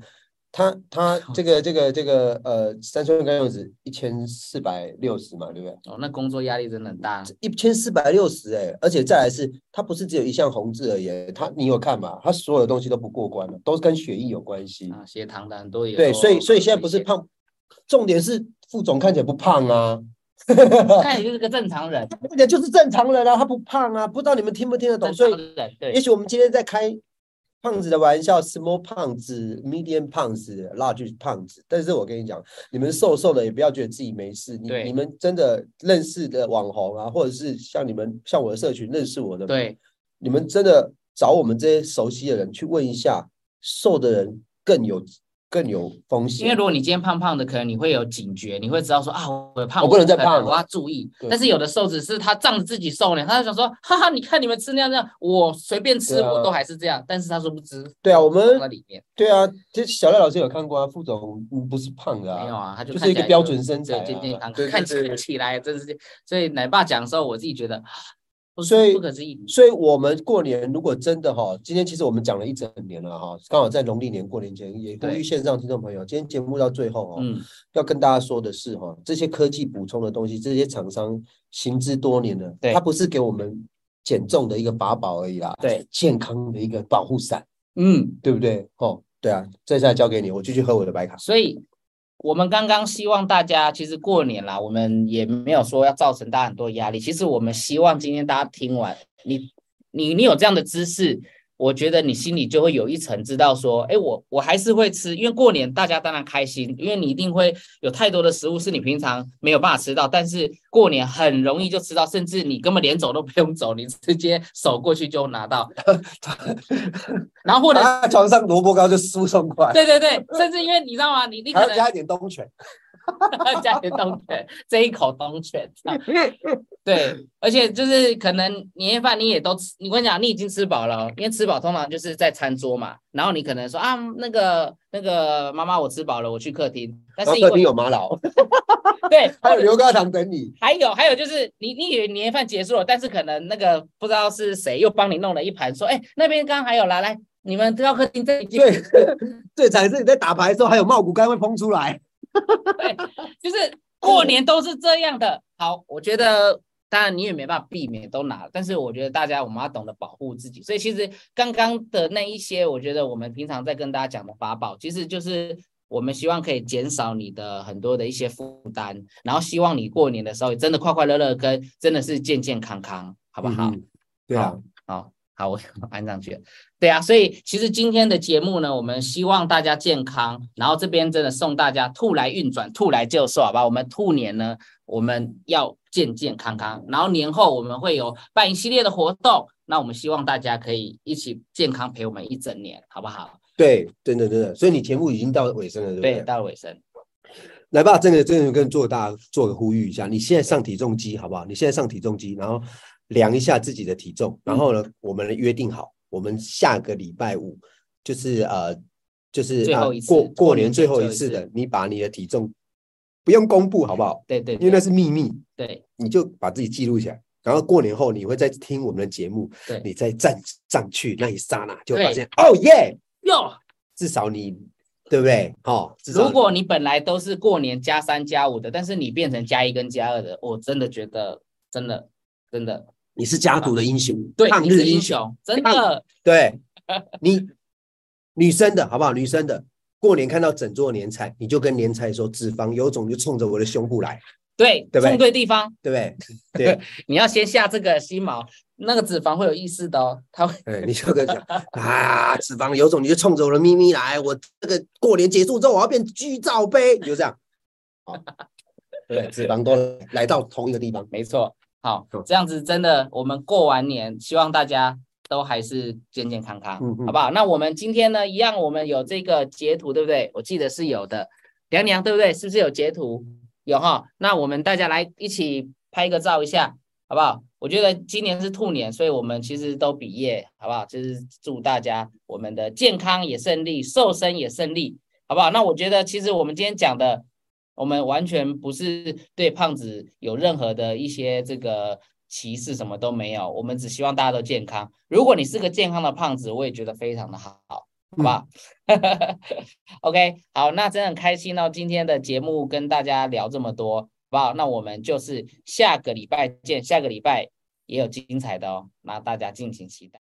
S2: 他他这个这个这个呃，三酸甘油脂一千四百六十嘛，对不对？
S1: 哦，那工作压力真的很大。
S2: 一千四百六十哎，而且再来是，它不是只有一项红字而已，它你有看吧？它所有的东西都不过关了，都是跟血液有关系。
S1: 啊，血糖的很多也
S2: 对，
S1: 都
S2: 所以所以现在不
S1: 危
S2: 是
S1: 险，
S2: 胖，重点是副总看起来不胖 啊，
S1: 看起来就是个正常人，
S2: 看起来就是正常人啊，他不胖啊，不知道你们听不听得懂？
S1: 正
S2: 所
S1: 常
S2: 以
S1: 人对
S2: 也许我们今天在开胖子的玩笑，small 胖子、medium 胖子、large 胖子，但是我跟你讲，你们瘦瘦的也不要觉得自己没事，你
S1: 对
S2: 你们真的认识的网红啊，或者是像你们像我的社群认识我的，，
S1: 对
S2: 你们真的找我们这些熟悉的人去问一下，瘦的人更有更有风险，
S1: 因为如果你今天胖胖的，可能你会有警觉，你会知道说啊，我胖，
S2: 我不能再
S1: 可
S2: 胖了
S1: 我要注意
S2: 对。
S1: 但是有的瘦子是他仗着自己瘦呢，他就想说，哈哈，你看你们吃那样那样，我随便吃
S2: 对啊
S1: 我都还是这样，但是他说不知
S2: 对啊，我
S1: 放在
S2: 们
S1: 里面
S2: 对啊，这小赖老师有看过啊，副总嗯不是胖的
S1: 没有
S2: 啊，
S1: 啊，他就
S2: 就
S1: 看
S2: 是一
S1: 起
S2: 个
S1: 来
S2: 标
S1: 就
S2: 准身材
S1: 对，
S2: 啊
S1: 健健康康，
S2: 对对
S1: 看起
S2: 对
S1: 来起来真是，所以奶爸讲的时候，我自己觉得，啊不
S2: 所以
S1: 不可思议，
S2: 所以，我们过年如果真的哈，今天其实我们讲了一整年了哈，刚好在农历年过年前，也呼吁
S1: 对
S2: 线上听众朋友，今天节目到最后哦，
S1: 嗯，
S2: 要跟大家说的是哈，这些科技补充的东西，这些厂商行之多年了，
S1: 对
S2: 它不是给我们减重的一个法宝而已啦，
S1: 对，
S2: 健康的一个保护伞。
S1: 嗯，
S2: 对不对？哦，对啊，这下交给你，我继续喝我的白卡。
S1: 所以我们刚刚希望大家，其实过年啦，我们也没有说要造成大家很多压力。其实我们希望今天大家听完，你你你有这样的知识，我觉得你心里就会有一层知道说，哎，我我还是会吃，因为过年大家当然开心，因为你一定会有太多的食物是你平常没有办法吃到，但是过年很容易就吃到，甚至你根本连走都不用走，你直接手过去就拿到， 然后或者
S2: 啊，床上萝卜糕就输送快，
S1: 对对对，甚至因为你知道吗？你你可
S2: 还要
S1: 能
S2: 加一点东泉。
S1: 加点东泉，这一口东泉。 对，而且就是可能年夜饭你也都吃，你跟你讲，你已经吃饱了哦，因为吃饱通常就是在餐桌嘛。然后你可能说啊，那个那个妈妈，我吃饱了，我去客厅。但
S2: 然
S1: 是因
S2: 后哦客厅
S1: 为
S2: 有玛瑙，
S1: 对，
S2: 还有牛轧糖等你。
S1: 还有还有就是你你以为年夜饭结束了，但是可能那个不知道是谁又帮你弄了一盘，说哎那边刚刚还有啦，来你们到客厅 这里去。
S2: 对，最惨是你在打牌的时候，还有茂谷干会喷出来。
S1: 就是过年都是这样的。好，我觉得当然你也没办法避免都拿，但是我觉得大家我们要懂得保护自己。所以其实刚刚的那一些，我觉得我们平常在跟大家讲的法宝，其实就是。我们希望可以减少你的很多的一些负担，然后希望你过年的时候真的快快乐乐，跟真的是健健康康，好不好？
S2: 嗯，对啊，
S1: 好好，我按上去了。对啊，所以其实今天的节目呢，我们希望大家健康，然后这边真的送大家兔来运转，兔来就寿，好吧？我们兔年呢，我们要健健康康，然后年后我们会有办一系列的活动，那我们希望大家可以一起健康陪我们一整年，好不好？
S2: 对，真的真的。所以你节目已经到尾声了，对不
S1: 对，到了尾声，
S2: 来吧，真的真的跟做大做个呼吁一下，你现在上体重机好不好？你现在上体重机，然后量一下自己的体重，然后呢，我们约定好，我们下个礼拜五就是呃就是
S1: 最
S2: 啊
S1: 后一次
S2: 过
S1: 过
S2: 过
S1: 年
S2: 年最后
S1: 最后
S2: 一
S1: 一
S2: 次的
S1: 次，
S2: 你把你的体重不用公布好不好？
S1: 对对
S2: 因为
S1: 对
S2: 那是秘密，
S1: 对
S2: 你就把自己记录起来。然后过年后你会再听我们的节目，
S1: 对，
S2: 你再站上去那一刹那就发
S1: 对
S2: 现，哦耶，
S1: 哟，
S2: 至少你对不对？哦，至少
S1: 如果你本来都是过年加三加五的，但是你变成加一跟加二的，我真的觉得真的真的
S2: 你是家族的英雄，
S1: 对，
S2: 抗
S1: 你
S2: 日
S1: 是
S2: 英
S1: 英
S2: 雄。
S1: 雄，真的
S2: 对你，女生的好不好？女生的，过年看到整桌年菜，你就跟年菜说脂肪有种就冲着我的胸部来，
S1: 对，
S2: 对不对
S1: 种对地方，
S2: 对不对？对，
S1: 你要先下这个吸毛，那个脂肪会有意识的哦，它会
S2: 哎，你就跟他讲 啊，脂肪有种你就冲着我的咪咪来，我这个过年结束之后我要变居罩杯，你就这样，好，对不对，脂肪都来到同一个地方，
S1: 没错。好
S2: 嗯，
S1: 这样子真的，我们过完年，希望大家都还是健健康康，
S2: 嗯嗯
S1: 好不好？那我们今天呢，一样，我们有这个截图，对不对？我记得是有的，凉凉，对不对？是不是有截图？有哈，那我们大家来一起拍个照一下，好不好？我觉得今年是兔年，所以我们其实都比业，好不好？就是祝大家我们的健康也顺利，瘦身也顺利，好不好？那我觉得其实我们今天讲的，我们完全不是对胖子有任何的一些这个歧视，什么都没有。我们只希望大家都健康。如果你是个健康的胖子，我也觉得非常的好，好不好？OK，好，那真的很开心哦，今天的节目跟大家聊这么多，好不好？那我们就是下个礼拜见，下个礼拜也有精彩的哦，那大家敬请期待。